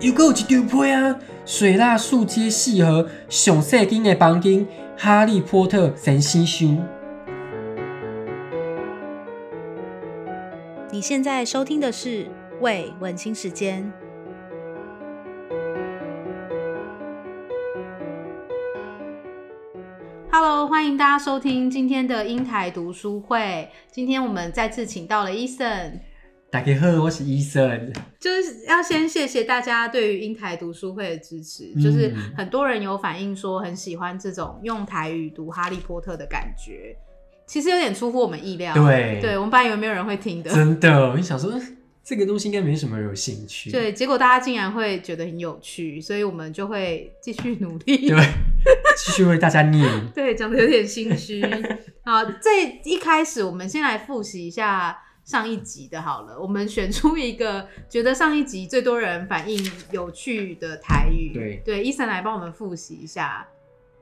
又搁有一张被啊，水蜡树街四号上细间的房间，哈利波特神先生。你现在收听的是《喂文青时间》。Hello，欢迎大家收听今天的英台读书会。今天我们再次请到了 Eason，大家好，我是医生。就是要先谢谢大家对于英台读书会的支持。就是嗯很多人有反映说很喜欢这种用台语读《哈利波特》的感觉，其实有点出乎我们意料。对对我们班有没有人会听的？真的，我就想说嗯这个东西应该没什么人有兴趣。对，结果大家竟然会觉得很有趣，所以我们就会继续努 力。对，继续为大家念。对，讲的有点心虚。好，这一开始我们先来复习一下上一集的好了。我们选出一个觉得上一集最多人反应有趣的台语。对对，医生来帮我们复习一下。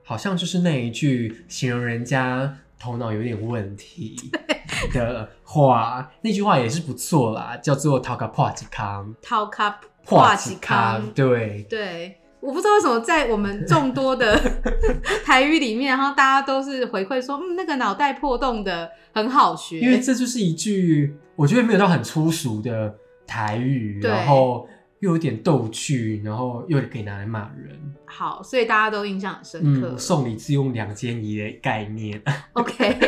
好像就是那一句形容人家头脑有点问题 的话，那句话也是不错啦，叫做“讨个破几康掏卡”，破画几康。对，对。我不知道为什么在我们众多的 台语里面，然后大家都是回馈说，嗯，那个脑袋破洞的很好学，因为这就是一句我觉得没有到很粗俗的台语，对然后又有点逗趣，然后又可以拿来骂人。好，所以大家都印象很深刻。嗯，送礼自用两件衣的概念， OK。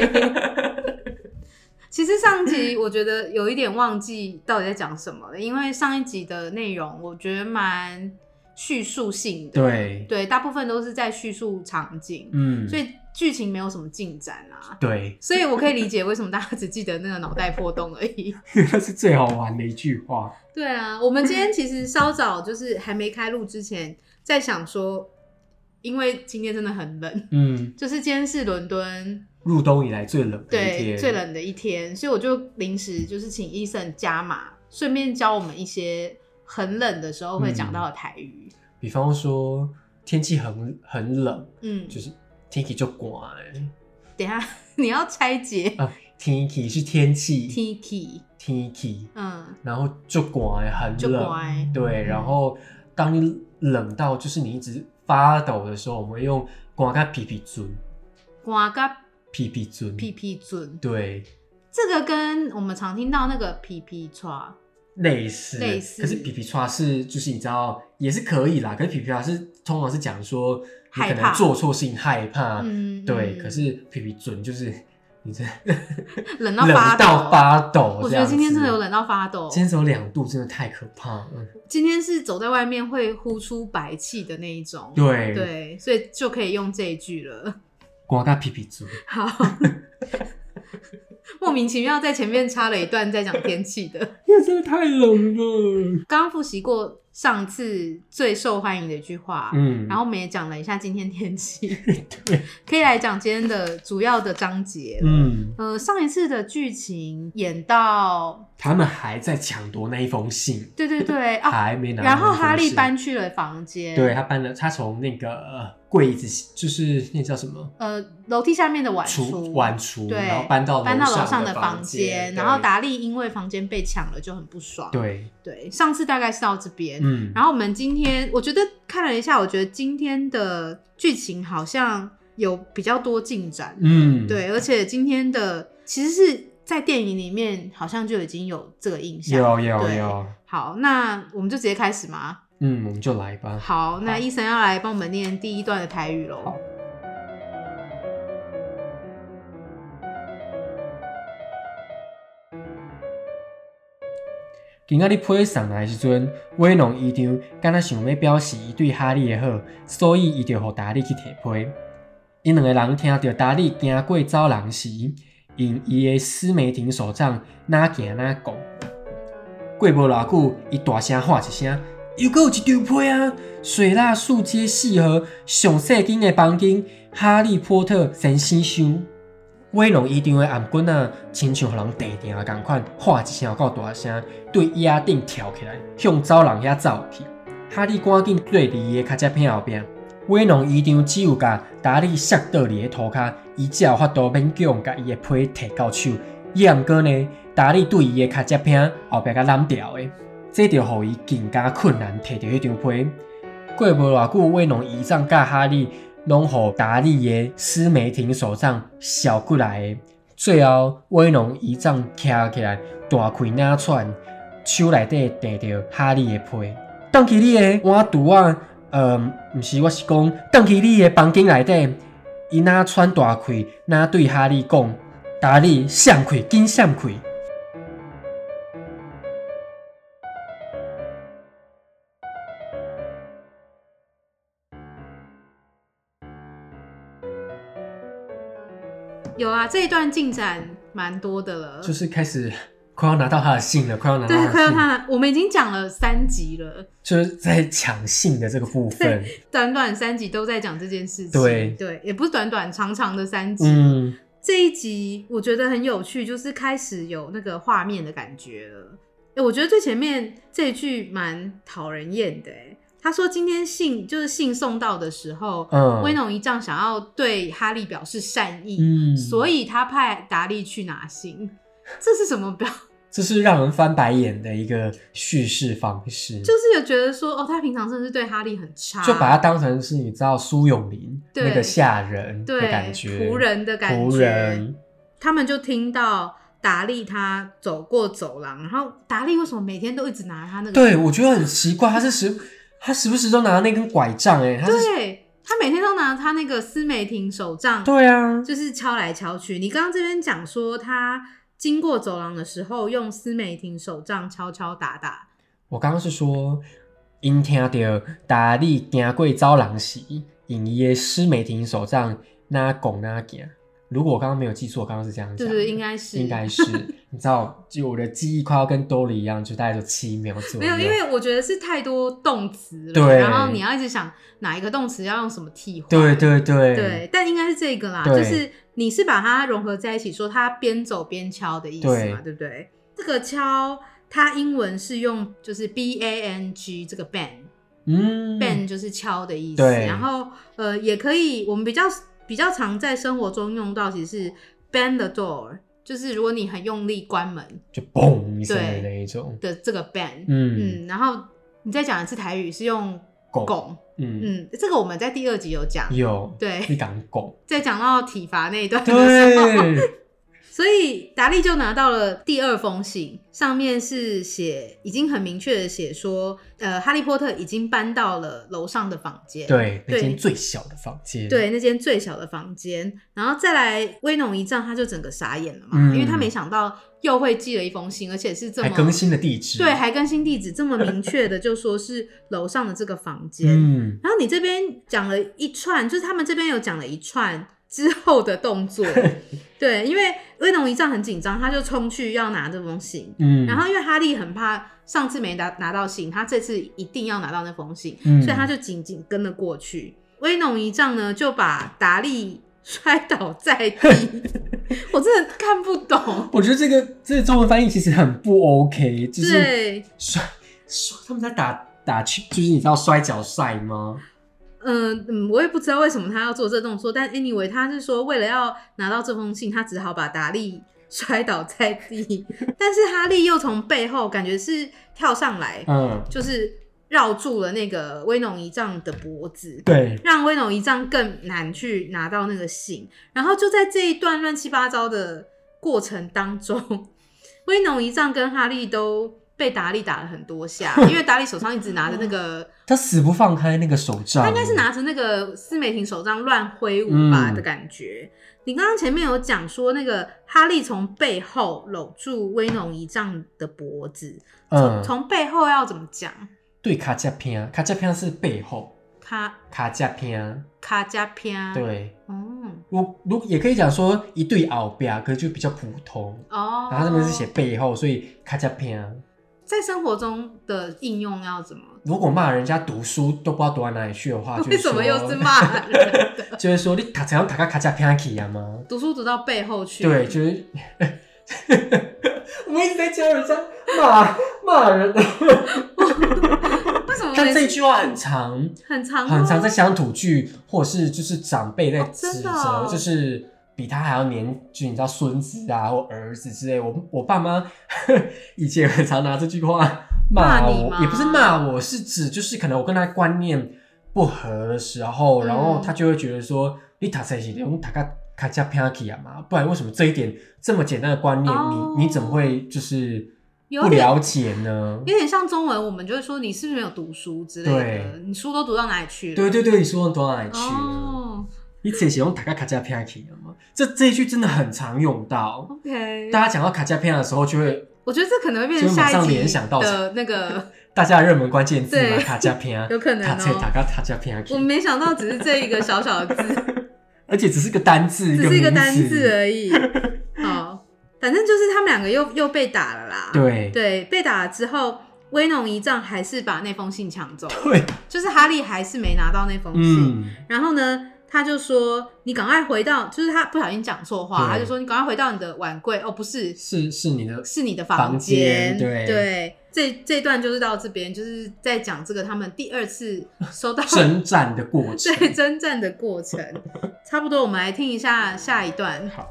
其实上 集我觉得有一点忘记到底在讲什么了，因为上一集的内容我觉得蛮叙述性的，对，对，大部分都是在叙述场景，嗯，所以剧情没有什么进展啊。对， 所以我可以理解为什么大家只记得那个脑袋破洞而已。那是最好玩的一句话。对啊，我们今天其实稍早就是还没开录之前，在想说，因为今天真的很冷，嗯，就是今天是伦敦入冬以来最冷的一对天，最冷的一天，所以我就临时就是请医生加码，顺便教我们一些很冷的时候会讲到的台语。比方说天气很很冷，嗯，就是天气就寒、等一下 你要拆解 啊，天气是天气， Tiki，天气，嗯，然后就寒、就很冷，乖，对，然嗯后当你冷到就是你一直发抖的时候，我们用刮个皮皮尊，乖个皮皮尊，屁屁准。对，这个跟我们常听到那个屁屁啊抓，类似类似可是皮皮叉是就是你知道也是可以啦，可是皮皮叉是通常是讲说你可害怕能做错事情害怕，嗯，对，嗯可是皮皮尊就是你这。冷到冷发到发抖。我这觉得样今天子真的有冷到发抖。今天只有两度，真的太可怕了。今天是走在外面会呼出白气的那一种，对，对，所以就可以用这一句了。刮个皮皮猪，好， 莫名其妙在前面插了一段在讲天气的。因为真的太冷了。刚刚复习过上次最受欢迎的一句话，嗯，然后我们也讲了一下今天天气， 对，可以来讲今天的主要的章节。嗯，呃，上一次的剧情演到，他们还在抢夺那一封信，对对 对啊，还没拿到那然封信。后哈利搬去了房间，对，他搬了，他从那个呃柜子，就是那叫什么呃，楼梯下面的碗厨橱，碗橱，对然后搬到搬到楼上上的房间，间，然后对。达利因为房间被抢了就很不爽，对，对，上次大概是到这边，嗯，然后我们今天我觉得看了一下，我觉得今天的剧情好像有比较多进展，嗯，，对，而且今天的其实是在电影里面好像就已经有这个印象。有有对有，好，那我们就直接开始嘛。嗯，我们就来吧。好，那好医生要来帮我们念第一段的台语喽好。今仔日批送来的时阵，威龙医长敢若想要表示伊对哈利的好，所以伊就互达利去提批。因两个人听到达利行过走廊时，用伊的斯梅婷手杖哪行哪讲。过无偌久，伊大声喊一声：“又搁有一张批啊！水蜡树街四号上细间的房间，哈利波特先生箱。”威龙医长的颔棍啊，亲像互人地定啊共款，喊一声到大声，对椅仔顶跳起来，向走廊遐走去。哈利赶紧对离伊的脚趾片后壁。威龙医长只有甲达利摔倒伫个涂骹，伊才有法度勉强甲伊的皮摕到手。伊毋过呢，达利对伊的脚趾片后壁甲揽掉的。这就互伊更加困难摕到迄张批。过无偌久，威农姨丈甲哈利拢互达利的施梅婷手上小过来的。最后，威农姨丈徛起来，大开领喘，手内底摕着哈利的批。当去你的碗橱啊，呃，毋是，我是讲，当去你的房间内底，伊若喘大气，若对哈利讲，达利闪开，紧闪开。有啊，这一段进展蛮多的了，就是开始快要拿到他的信了，快要拿到对，快他要的信，看，我们已经讲了三集了，就是在抢信的这个部分。短短三集都在讲这件事情，对对，也不是短短长长的三集。嗯，这一集我觉得很有趣，就是开始有那个画面的感觉了。哎、我觉得最前面这一句蛮讨人厌的、欸，他说今天信就是信送到的时候，嗯威农一丈想要对哈利表示善意，嗯，所以他派达利去拿信，这是什么表？ 这是让人翻白眼的一个叙事方式，就就是有觉得说，哦，他平常真的是对哈利很差，把它当成是你知道苏永林对那个下人的对感觉，仆人的感仆觉，人，他们就听到达利他走过走廊，然后达利为什么每天都一直拿他那个？对我觉得很奇怪，他是时他时不时都拿那根拐杖、欸，哎，他是对他每天都拿他那个斯美婷手杖，对啊，就是敲来敲去。你刚刚这边讲说他经过走廊的时候用斯美婷手杖敲敲打打，我刚刚是说，因听到达利行过走廊时，用伊的施美婷手杖那拱那行。如果我刚刚没有记错，我刚刚是这样讲的，对对，应该是应该是。你知道，就我的记忆快要跟多里一样，就大概就七秒左右。没有，因为我觉得是太多动词了，对然后你要一直想哪一个动词要用什么替换，对对对对，但应该是这个啦，对就是你是把它融合在一起，说它边走边敲的意思嘛，对不对？这个敲它英文是用就是 b a n g 这个 bang 嗯 bang 就是敲的意思，对然后呃也可以，我们比较比较常在生活中用到，其实是 bang the door，就是如果你很用力关门就嘣一声的对那一种，的这个 bang，嗯嗯，然后你再讲一次台语是用拱拱，嗯嗯，这个我们在第二集有讲，有对，一杆 拱，在讲到体罚那一段的时候，对，所以达利就拿到了第二封信，上面是写已经很明确的写说，呃，哈利波特已经搬到了楼上的房间，对，那对间最小的房间，对，那间最小的房间，然后再来威农一丈，他就整个傻眼了嘛，嗯因为他没想到又会寄了一封信，而且是这么还更新了地址，对，，还更新地址这么明确的就说是楼上的这个房间，嗯，然后你这边讲了一串，就是他们这边有讲了一串之后的动 作，对，因为威农一丈很紧张，他就冲去要拿这封信。嗯，然后，因为哈利很怕上次没拿拿到信，他这次一定要拿到那封信，嗯所以他就紧紧跟了过去。威农一丈呢，就把达利摔倒 在地，我真的看不懂。我觉得这个这个中文翻译其实很不 OK，就是对，摔摔，他们在打打去，就是你知道摔跤赛吗？嗯嗯，我也不知道为什么他要做这动作，但 anyway，他是说为了要拿到这封信，他只好把达利 摔倒在地。但是哈利又从背后感觉是跳上来，嗯，就是绕住了那个威农一丈的脖子，对，让威农一丈更难去拿到那个信。然后就在这一段乱七八糟的过程当中， 威农一丈跟哈利都被达利打了很多下，因为达利手上一直拿着那个。他死不放开那个手杖，他应该是哪？拿着那个斯美婷手杖乱挥舞吧嗯的感觉。你刚刚前面有讲说，那个哈利从背后搂住威农一丈的脖子，从嗯，从、背后要怎么讲？对，卡加片，啊卡加片是背后，卡卡加片，啊卡加片，，对。嗯，我如也可以讲说一对鳌标，可是就比较普通。哦，然后他们是写背后，所以卡加片。啊在生活中的应用要怎么？如果骂人家读书都不知道读到哪里去的啊话，就 为是什说么又是骂人的？ 就是说你卡怎样卡卡卡加片去啊吗？ 读书读到背后去，对，就是 我们一直在教人家骂骂人，为什么每次？但这句话很长，很长，很常在乡土剧或是就是长辈在哦指真的责，哦就是比他还要年，就你知道孙子啊或儿子之类。我我爸妈以前很常拿这句话骂骂你我，吗也不是骂我，是指就是可能我跟他观念不合的时候，嗯然后他就会觉得说，你读册是用大家卡加偏去啊嘛，不然为什么这一点这么简单的观念，哦你你怎么会就是有不点了解呢？有点像中文，我们就会说你是不是没有读书之类的，对你书都读到哪里去了？对对对，你说到哪里去了？哦你只是用大家卡加偏去啊嘛，这这一句真的很常用到。 ，OK，大家讲到卡加片的时候，就会我觉得这可能会变成就马下一上集联想到的 那个，大家的热门关键字嘛，对，卡加片啊 有可能卡切哦打。卡卡加片啊，我没想到只是这一个小小的字， 而且只是个单字，只是一个名单词字 而已。好，反正就是他们两个又又被打了啦。对对被打了之后，威农一丈还是把那封信抢走了，对，就是哈利还是没拿到那封信。嗯，然后呢，他就说：“你赶快回到，就是他不小心讲错话，对他就说你赶快回到你的碗柜。哦，不是，是是你的，是你的房间间。对这这段就是到这边，就是在讲这个他们第二次收到征战的过程。 对征战的过程。差不多，我们来听一下下一段。 好，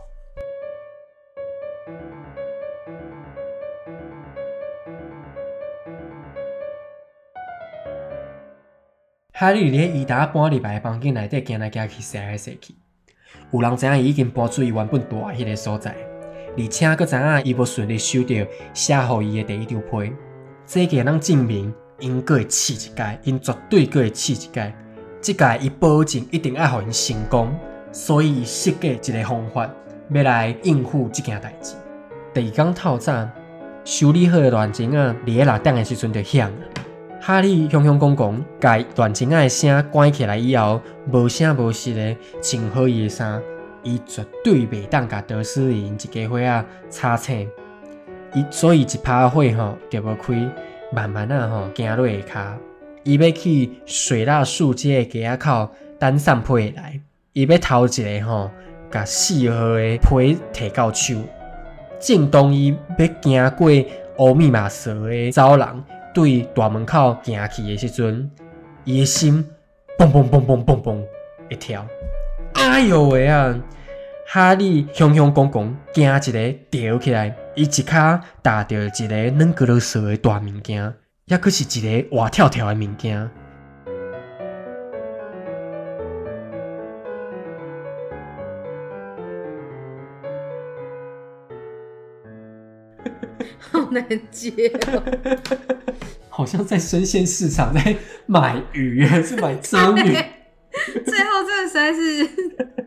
哈利咧伊达搬入来的房间内底行来行去，踅来踅去。有人知影伊已经搬出伊原本住的迄个所在，而且佫知影伊无顺利收到写互伊的第一张批。这个咱证明，因佫会试一届，因绝对佫会试一届。即届伊保证一定爱互因成功，所以伊设计一个方法，要来应付即件代志。第二天透早，修理好的乱钟啊，伫咧六点的时阵就响了。哈利雄雄公公，甲乱钟仔的声关起来以后，无声无息的穿好伊的衫，伊绝对袂当甲德斯里因一家伙仔吵醒。伊所以一趴火吼就无开，慢慢啊吼行落下骹。伊要去水蜡树街的街仔口等散批的来，伊要偷一个吼，甲四号的批摕到手。正当伊要行过乌密码蛇的走廊，对大门口行去的时阵，伊的心砰砰砰砰砰砰一跳。哎哟喂啊！哈利雄雄公公惊一个跳起来，伊一骹踏着一个软骨头蛇的大物件，抑佫是一个活跳跳的物件。好难接哦、好像在生鲜市场在买鱼， 还是买 章鱼？最后真的实在是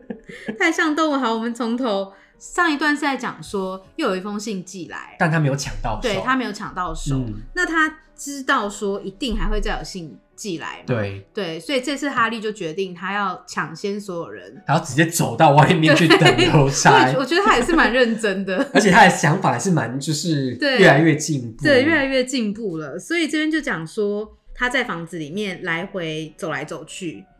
太像动物好，我们从头上一段是在讲说，又有一封信寄来，但他没有抢到手。对他没有抢到手，嗯，那他知道说一定还会再有信寄来嘛？对，对，所以这次哈利就决定他要抢先所有人。然后直接走到外面去 对等邮差，我，我觉得他也是蛮认真的 而且他的想法还是蛮就是对越来越进步，对，越来越进步了。所以这边就讲说他在房子里面来回走来走去。嗯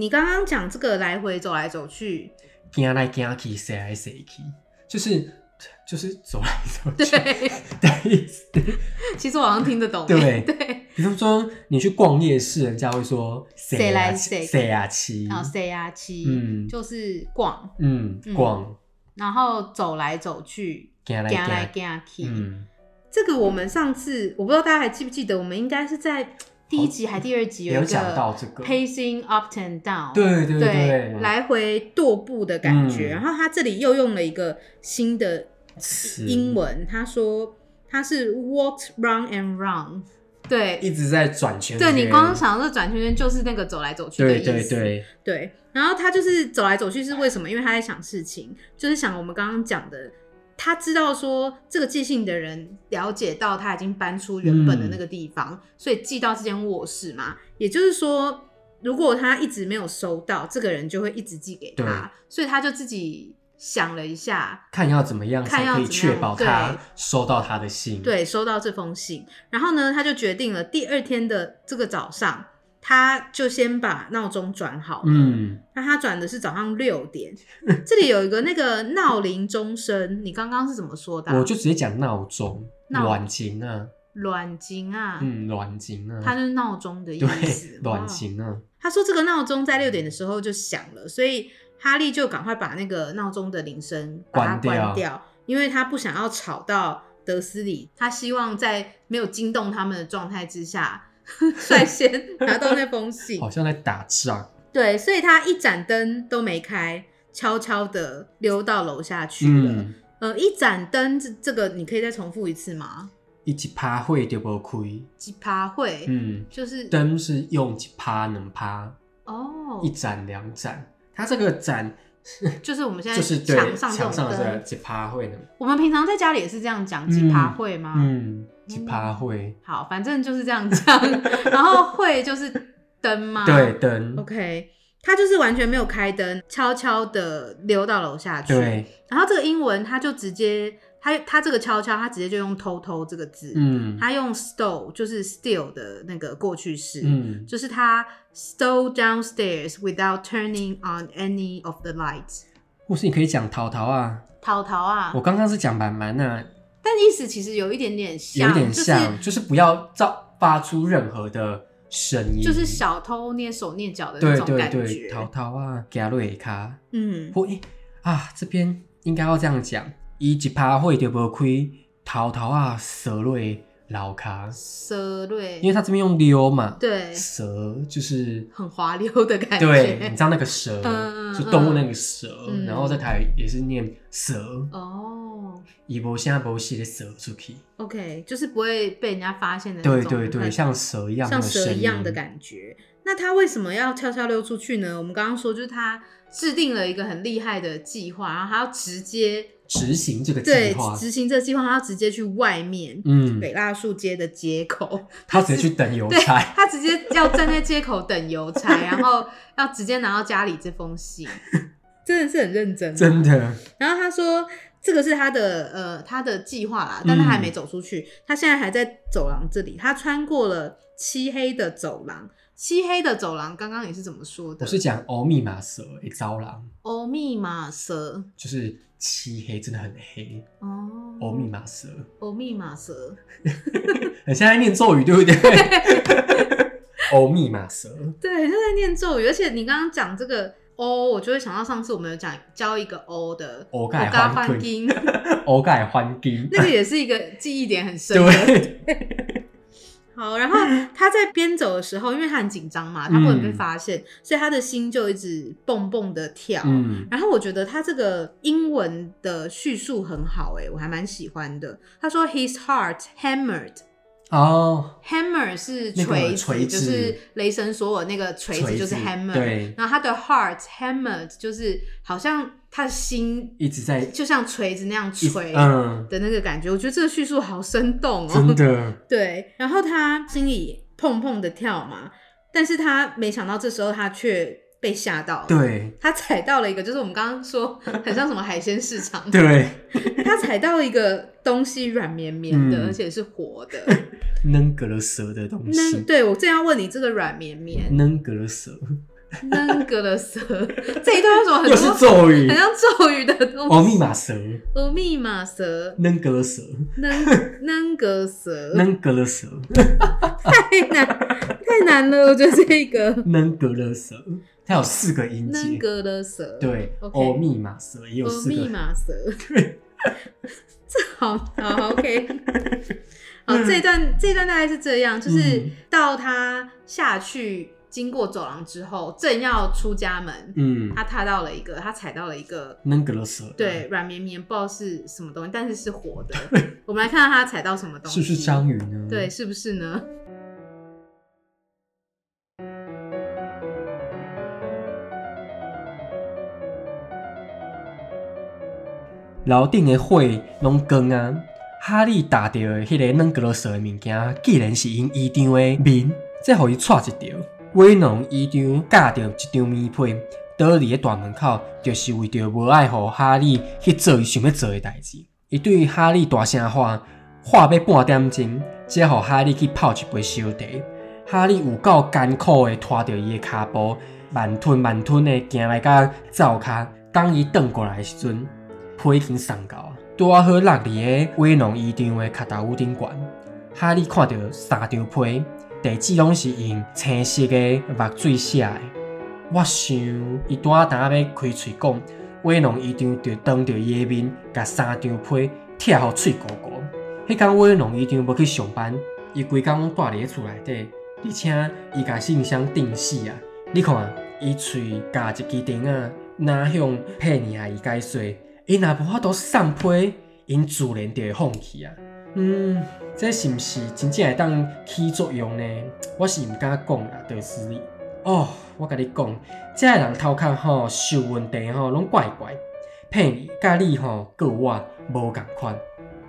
你刚刚讲这个来回走来走去，惊啊来惊去，谁来谁去，就是就是走来走去 对，的意思。 其实我好像听得懂。欸对嗯对，比如说你去逛夜市，人家会说谁来啊谁谁啊七，然后 C 啊七，嗯就是逛，嗯嗯，逛，啊然后走来走去，行来行来行，行去。嗯，这个我们上次我不知道大家还记不记得，我们应该是在第一集还第二集有一讲个到这个， pacing up and down，对对对对，来回踱步的感觉。嗯然后他这里又用了一个新的词嗯英文，他说他是 walk round and round，对。一直在转圈对圈，你光想这转圈圈就是那个走来走去的对意思，对对，对，然后他就是走来走去是为什么？因为他在想事情，就是想我们刚刚讲的，他知道说这个寄信的人了解到他已经搬出原本的那个地方，所以寄到这间卧室嘛。也就是说，如果他一直没有收到，这个人就会一直寄给他，所以他就自己想了一下，看要怎么样看才要可以怎么确样保对他收到他的信，，对，收到这封信，然后呢，他就决定了第二天的这个早上，他就先把闹钟转好了。嗯，那他转的是早上六点，这里有一个那个闹铃钟声，你刚刚是怎么说的啊、我就直接讲闹钟，闹卵形啊，卵经啊，嗯，卵形啊，它就是闹钟的意对思。哇卵形啊，他说这个闹钟在六点的时候就响了，所以哈利就赶快把那个闹钟的铃声把它关掉关掉，因为他不想要吵到德斯里，他希望在没有惊动他们的状态之 下，率先拿到那封信好。像在打仗。对，所以他一盏灯都没开，悄悄的溜到楼下去了。嗯，呃，一盏灯这这个你可以再重复一次吗？一一趴会就无开。几趴会，嗯，就是灯是用一趴两趴，哦，一盏两盏。它这个盏 就是我们现在就是对墙上这墙种上灯，的这个一趴会呢。我们平常在家里也是这样讲几趴会吗？嗯，一趴会。好，反正就是这样 讲。然后会就是灯吗？对灯， ，OK，他就是完全没有开灯，悄悄的溜到楼下去。对，然后这个英文他就直接，他他这个悄悄，他直接就用偷偷这个字，嗯他用 stole 就是 steal 的那个过去式，嗯，就是他 stole downstairs without turning on any of the lights。或是你可以讲淘淘啊，淘淘啊我，刚刚是讲蛮蛮啊，但意思其实有一点点像，有一点就是像，就是不要造发出任何的声音，就是小偷捏手捏脚的那对种对感觉。对，淘淘啊，加瑞卡，嗯，或诶啊，这边应该要这样讲，伊一趴会就无开，淘淘啊，蛇瑞老卡，蛇瑞，因为他这边用溜嘛， 对，蛇就是很滑溜的感觉。对，你知道那个蛇嗯嗯是动物那个蛇，嗯然后在台语也是念蛇，哦伊无声无息的蛇出去， ，OK，就是不会被人家发现的那对种，对对，很像蛇一样的像蛇声一样的音感觉。那他为什么要悄悄溜出去呢？我们刚刚说，就是他制定了一个很厉害的计划，然后他要直接执行这个计对划，执行这个计划，他要直接去外面、嗯，北大树街的街口，他直接去等邮对 差，他直接要站在街口等邮差，然后要直接拿到家里这 封信，真的是很认真、啊，真的，然后他说这个是他的呃他的计划啦，但他还没嗯走出去，他现在还在走廊这里，他穿过了漆黑的走廊。漆黑的走廊，刚刚你是怎么说的？我是讲欧密码蛇一招狼，欧密码蛇就是漆黑，真的很黑，哦，欧密码蛇，欧密码蛇，很像在念咒语，对不对？ 欧密码蛇，对，他在念咒语，而且你刚刚讲这个欧，我就会想到上次我们有讲教一个欧的欧盖嘎欢欢金金，欧盖欢金，那个也是一个记忆点很深的。对， 好，然后他在边走的时候，因为他很紧张嘛，他不能嗯被发现，所以他的心就一直蹦蹦的跳。嗯，然后我觉得他这个英文的叙述很好、欸，我还蛮喜欢的。他说，His heart hammered。哦， Hammer 是那个锤锤就子是雷神索尔那个锤锤子就是子 hammer，对然后他的 heart hammered 就是好像他的心一直在就像锤子那样一锤嗯，的那个感觉，我觉得这个叙述好生动哦，真的，对，然后他心里砰砰的跳嘛，但是他没想到这时候他却被吓到了。，对他踩到了一个，就是我们刚刚说很像什么海鲜市场， 对，他踩到一个东西软绵绵的，嗯而且是活的。 扔格了蛇的东那西，对我正要问你，这个软 绵绵，扔格了蛇，那个了蛇，这一段为什么很又是多咒语 很，像咒语的东西？欧密码蛇，欧密码 蛇，扔格了蛇，能能格蛇，扔格了蛇，太难太难了，我觉得这 个能格勒蛇，它有四个音能节。格了蛇，对， OK 欧密码蛇也有哦，四密个。码蛇。 这好好 好 OK。好，这一段这一段大概是这样，就是嗯到他下去经过走廊之后，正要出家门，嗯，他踏到了一个，他踩到了一个。能格勒蛇。对，，软绵绵，不知道是什么东西，但是是活的。我们来看看他踩到什么东是西，不是章鱼呢？对，，是不是呢？楼顶的火拢光啊。哈利打到的迄个能格勒蛇的物件，既然是因衣裳的面，这互伊扯一条。威农衣裳架着一张棉被，倒伫个大门口，就是为着无爱互哈利去做伊想要做的代志。伊对哈利大声喊，喊要半点钟，才互哈利去泡一杯烧茶。哈利有够艰苦的拖着伊的骹步，慢吞慢吞的行来到灶骹。当伊转过来的时阵，皮已经送到啊，拄啊好落伫个威龙衣裳的脚头屋顶悬。哈利看到三张批，地址拢是用青色的墨水写的。我想伊拄仔当要开喙讲，威龙医长就当着伊的面，甲三张被拆互喙糊糊。迄天威龙医长要去上班，伊规工住伫厝内底，而且伊甲信箱定死啊！你看，伊喙夹一支钉仔，哪向佩尼阿姨解说，伊若无法度送批，因自然就会放弃啊。嗯，这是毋是真正会当起作用呢？我是毋敢讲啦，就是你。哦，我甲你讲，这个人头壳吼受问题吼拢怪怪，骗你、甲你吼，佮我无共款。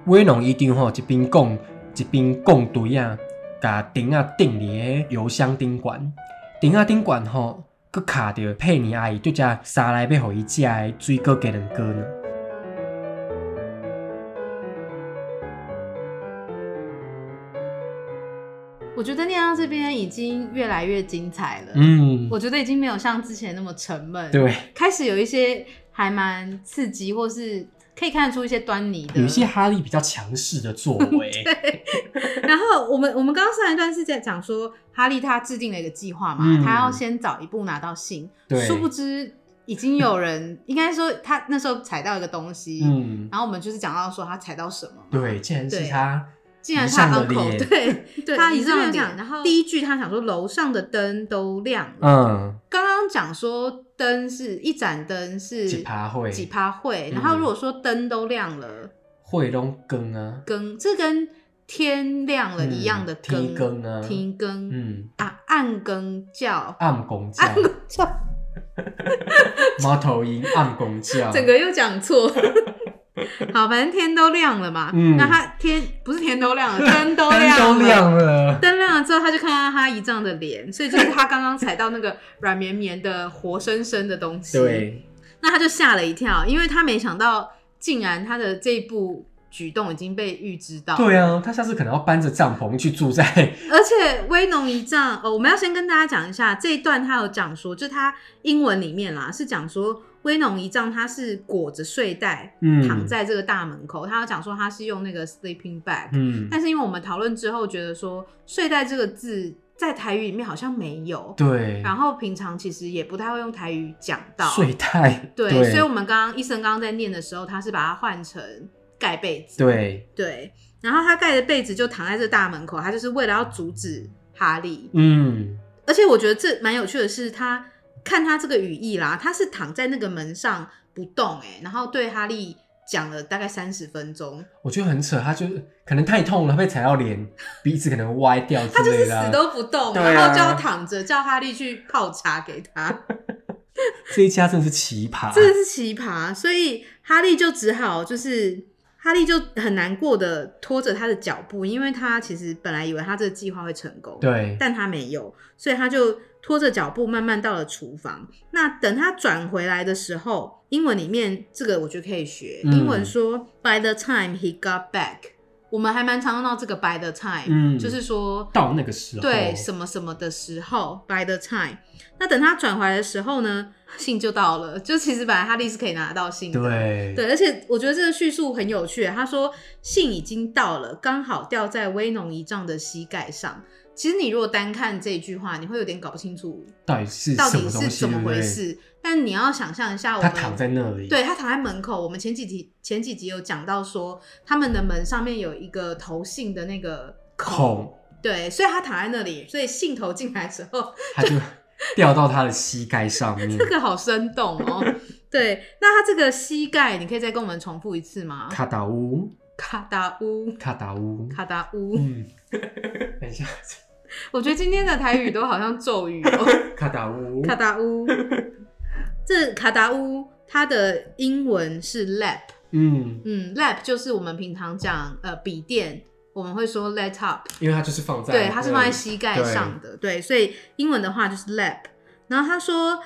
威龙医长吼一边讲一边讲对啊，甲顶啊顶伫个邮箱顶悬，顶啊顶悬吼，佮卡着佩尼阿姨对只沙来要互伊食的水果鸡卵糕呢。我觉得念到这边已经越来越精彩了，嗯，我觉得已经没有像之前那么沉闷，对，开始有一些还蛮刺激，或是可以看出一些端倪的。有一些哈利比较强势的 作为，然后我们我们刚刚上一段是在讲说，哈利他制定了一个计划嘛，嗯他要先早一步拿到信，对殊不知已经有人，应该说他那时候踩到一个东西，嗯，然后我们就是讲到说他踩到什么嘛，对，竟然是对他。竟然是他以上的 uncle，脸对，对，他以一上上的的点，脸，然然后后第一句他想说楼上的灯都亮了，嗯，刚刚讲说灯是一盏灯是一趴火几趴会，嗯然后如果说灯都亮了，会拢更啊，更这跟天亮了一样的嗯天更更啊天更嗯，啊啊，暗更叫，暗公教，暗更叫，猫头鹰暗公教， 整个又讲错。 好，反正天都亮了嘛，嗯那他天不是天都 亮了，灯都灯亮了，都亮 了，灯亮了之后，他就看到他姨丈的脸，所以就是他刚刚踩到那个软绵绵的、活生生的东西。，对，那他就吓了一跳，因为他没想到，竟然他的这一步举动已经被预知到。对啊，他下次可能要搬着帐篷去住在，而且威农一丈，哦，我们要先跟大家讲一下这一段，他有讲说，就他英文里面啦，是讲说威农一丈他是裹着睡袋嗯， 躺，在这个大门口，他有讲说他是用那个 sleeping bag，、嗯，但是因为我们讨论之后觉得说睡袋这个字在台语里面好像没有，对，然后平常其实也不太会用台语讲到，睡袋，对，对，所以我们刚刚医生刚刚在念的时候，他是把它换成盖被子，对，对，然后他盖着被子就躺在这大门口，他就是为了要阻止哈利。嗯，而且我觉得这蛮有趣的是，他看他这个语义啦，他是躺在那个门上不动、欸，然后对哈利讲了大概三十分钟，我觉得很扯，他就可能太痛了，被踩到脸，鼻子可能歪掉之他就是类死的啊，都不动，对啊然后就要躺着，叫哈利去泡茶给他。这一家真的是奇葩，真的是奇葩，所以哈利就只好就是哈利就很难过的拖着他的脚步，因为他其实本来以为他这个计划会成功，，对，但他没有，所以他就拖着脚步慢慢到了厨房。那等他转回来的时候，英文里面这个我觉得可以学，嗯英文说 By the time he got back，我们还蛮常用到这个 By the time，、嗯就是说到那个时候，对什么什么的时候，by the time。那等他转回来的时候呢，信就到了。就其实本来哈利是可以拿到信的，对，对而且我觉得这个叙述很有趣。欸他说信已经到了，刚好掉在威农一丈的膝盖上。其实你如果单看这句话，你会有点搞不清楚到底是到什底么是东西，怎么对不回对？事。但你要想象一下，我他们躺在那里，对他躺在门口。我们前几集前几集有讲到说，他们的门上面有一个投信的那个孔。对，所以他躺在那里，所以信头进来的时候，他就掉到他的膝盖上面这，个好生动哦。对，那他这个膝盖，你可以再跟我们重复一次吗？卡达乌，卡达乌，卡达乌，卡达乌。嗯， 等一下，我觉得今天的台语都好像咒 语哦。卡达乌，卡达乌，这卡达乌它的英文是 lap，嗯，嗯，lap 就是我们平常讲呃笔电，我们会说 laptop，因为他就是放在，对，它是放在嗯膝盖上的，对，所以英文的话就是 lap。然后他说，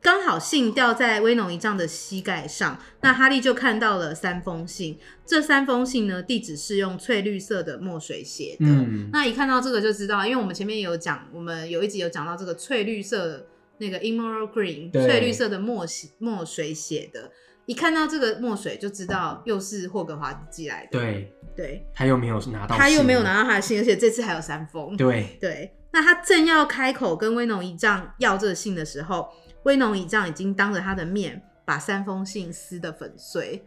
刚好信掉在威农一丈的膝盖上，那哈利就看到了三封信。这三封信呢，地址是用翠绿色的墨水写的。嗯，那一看到这个就知道，因为我们前面有讲，我们有一集有讲到这个翠绿色那个 emerald green 对翠绿色的墨写墨水写的，一看到这个墨水就知道又是霍格华兹寄来的。对，哦对，他又没有拿到，他又没有，拿到他的信，而且这次还有三封。对，对，那他正要开口跟威农一丈要这个信的时候，威农仪仗已经当着他的面把三封信撕得粉碎，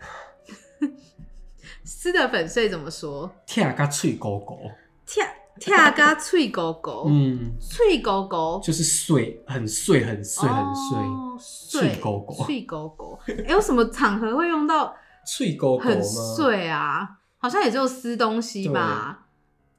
撕得粉碎怎么说？听甲脆狗狗，跳跳嘎脆狗狗，嗯，脆狗狗，就是碎，很碎，很碎，很碎，哦脆狗狗脆狗狗。哎、有什么场合会用到脆狗狗很吗？，碎啊？好像也只有撕东西吧？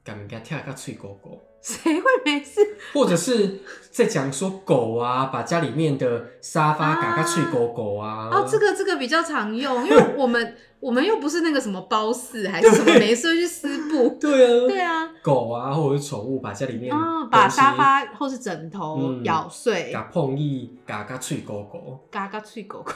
敢人家听甲脆狗狗，谁会没事？或者是在讲说狗啊，把家里面的沙发嘎嘎脆狗狗啊，哦，这个这个比较常用，因为我们我们又不是那个什么包四还是什么，对没事会去撕布。对啊，对啊，狗啊，或者是宠物把家里面啊，把东西沙发或是枕头嗯咬碎，嘎碰一嘎嘎脆狗狗，嘎嘎脆狗狗，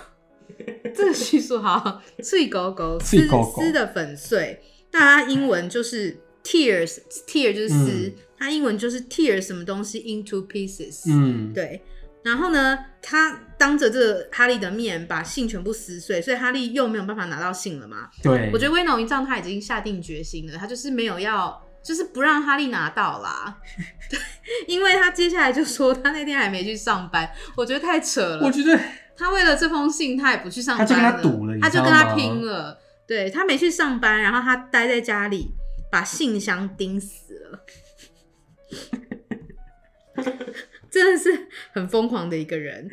这个叙述好，脆狗狗脆撕狗狗撕的粉碎，那它英文就是 tears tear 就是撕嗯，它英文就是 tear 什么东西 into pieces，、嗯，对。然后呢，他当着这个哈利的面把信全部撕碎，所以哈利又没有办法拿到信了嘛。对，我觉得威农一仗他已经下定决心了，他就是没有要，就是不让哈利拿到啦。 对，因为他接下来就说他那天还没去上班，我觉得太扯了。我觉得他为了这封信，他也不去上班了，他就跟他赌了你他知就道跟吗他拼了。对他没去上班，然后他待在家里，把信箱钉死了， 真的是很疯狂的一个人。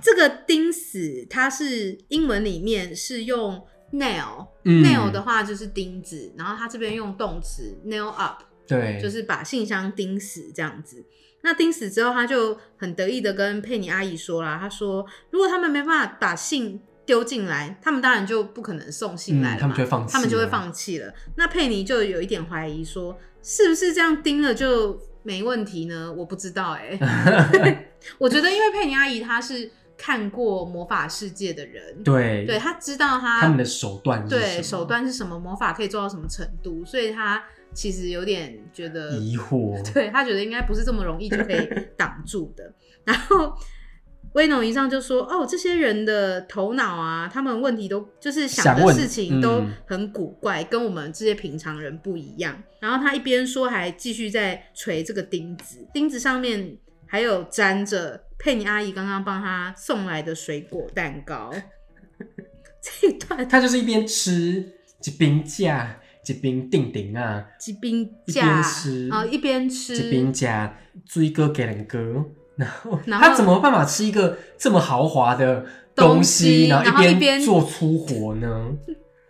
这个钉死，它是英文里面是用 nail，nail、嗯 nail 的话就是钉子，然后他这边用动词 nail up，对，就是把信箱钉死这样子。那钉死之后，他就很得意的跟佩妮阿姨说啦，他说如果他们没办法把信丢进来，他们当然就不可能送信来嗯了他嘛们就会放弃他们就会了放弃了。那佩妮就有一点怀疑说，是不是这样钉了就没问题呢？我不知道 哎、我觉得因为佩妮阿姨她是看过魔法世界的人，对对，她知道她他们的手段是什对么手段是什么，魔法可以做到什么程度，所以她其实有点觉得疑惑，对他觉得应该不是这么容易就 可以挡住的。然后威农一上就说：“哦，这些人的头脑啊，他们问题都就是想想的问事情都嗯很古怪，跟我们这些平常人不一样。”然后他一边说，还继续在锤这个钉子，钉子上面还有粘着佩妮阿姨刚刚帮他送来的水果蛋糕。 这一段他就是一边吃一边架，一边定定啊，几冰一架边啊吃，一边吃一边夹追哥给人哥，然后然后他怎么有办法吃一个这么豪华的东东西西，然然后一一边边做粗活呢？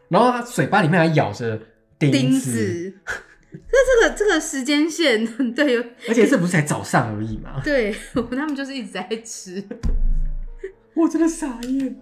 然后他嘴巴里面还咬着钉钉子，子。 那这个这个时间线， 对，有而且这不是才早上而已 嘛？对他们就是一直在吃。我真的傻眼。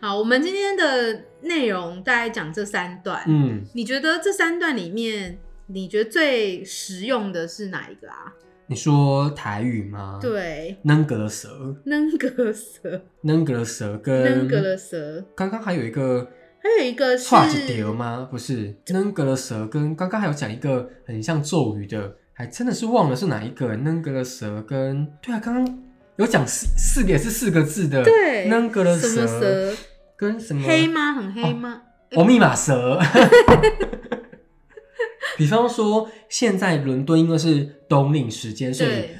好，我们今天的内容大概讲这三段。嗯，你觉得这三段里面，你觉得最实用的是哪一个啊？你说台语吗？，对，能格蛇，扔格蛇，能格蛇跟扔格蛇，刚刚还有一个还有一个是跨几叠吗？不是，能格的蛇跟刚刚还有讲一个很像咒语的，还真的是忘了是哪一个。能格的蛇跟对啊，刚刚有讲四四个也是四个字的，对能格的什么蛇？跟什么黑吗？很黑吗？哦，密码蛇。 比方说，现在伦敦因为是冬令时间，所以对，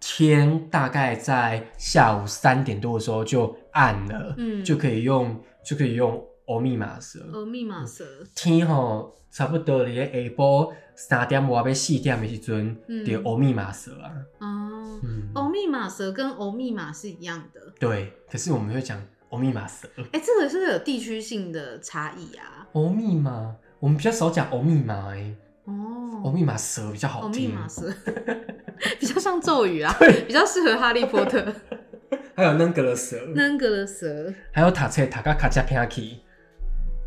天大概在下午三点多的时候就暗了，嗯就可以用就可以用欧密码蛇。呃，密码嗯蛇，天吼，差不多伫咧下晡三点外要四点的时阵，嗯就欧密码蛇啊。哦，嗯，欧密码蛇跟欧密码是一样的。对。可是我们会讲欧密码蛇，哎、这个是不是有地区性的差异啊？欧密码，我们比较少讲欧密码诶，哦，欧密码蛇比较好哦，密听。码是比较像咒语啊，比较适合哈利波 特。还有那个蛇，那个的蛇还有塔切塔卡卡加偏去，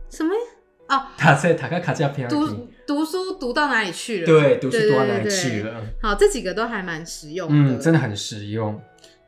什么呀？塔切塔卡卡加偏去。读读书读到哪里去了？，对，读书对读到哪里对对去了？好，这几个都还蛮实用的。嗯，真的很实用。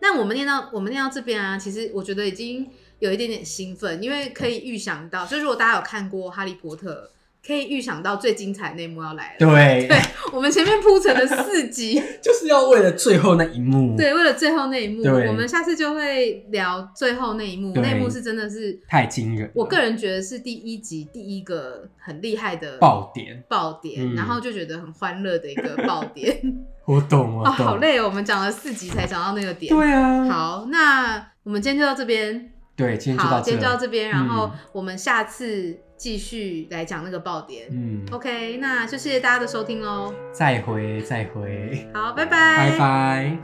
那我们念到我们念到这边啊，其实我觉得已经有一点点兴奋，因为可以预想到，就如果大家有看过《哈利波特》可以预想到最精彩那一幕要来了。对，对我们前面铺成了四集， 就是要为了最后那一幕，对，为了最后那一幕，对我们下次就会聊最后那一幕。对那一幕是真的是，太惊人了，我个人觉得是第一集第一个很厉害的爆点，爆点，嗯然后就觉得很欢乐的一个爆点。 我懂，我哦，懂，好累哦，我们讲了四集才讲到那个点。对啊，，好，那我们今天就到这边。对，今天就好，到今这，天就到这嗯边，然后我们下次继续来讲那个爆点。嗯， OK，那就谢谢大家的收听喽。嗯再会，再会，好，拜拜。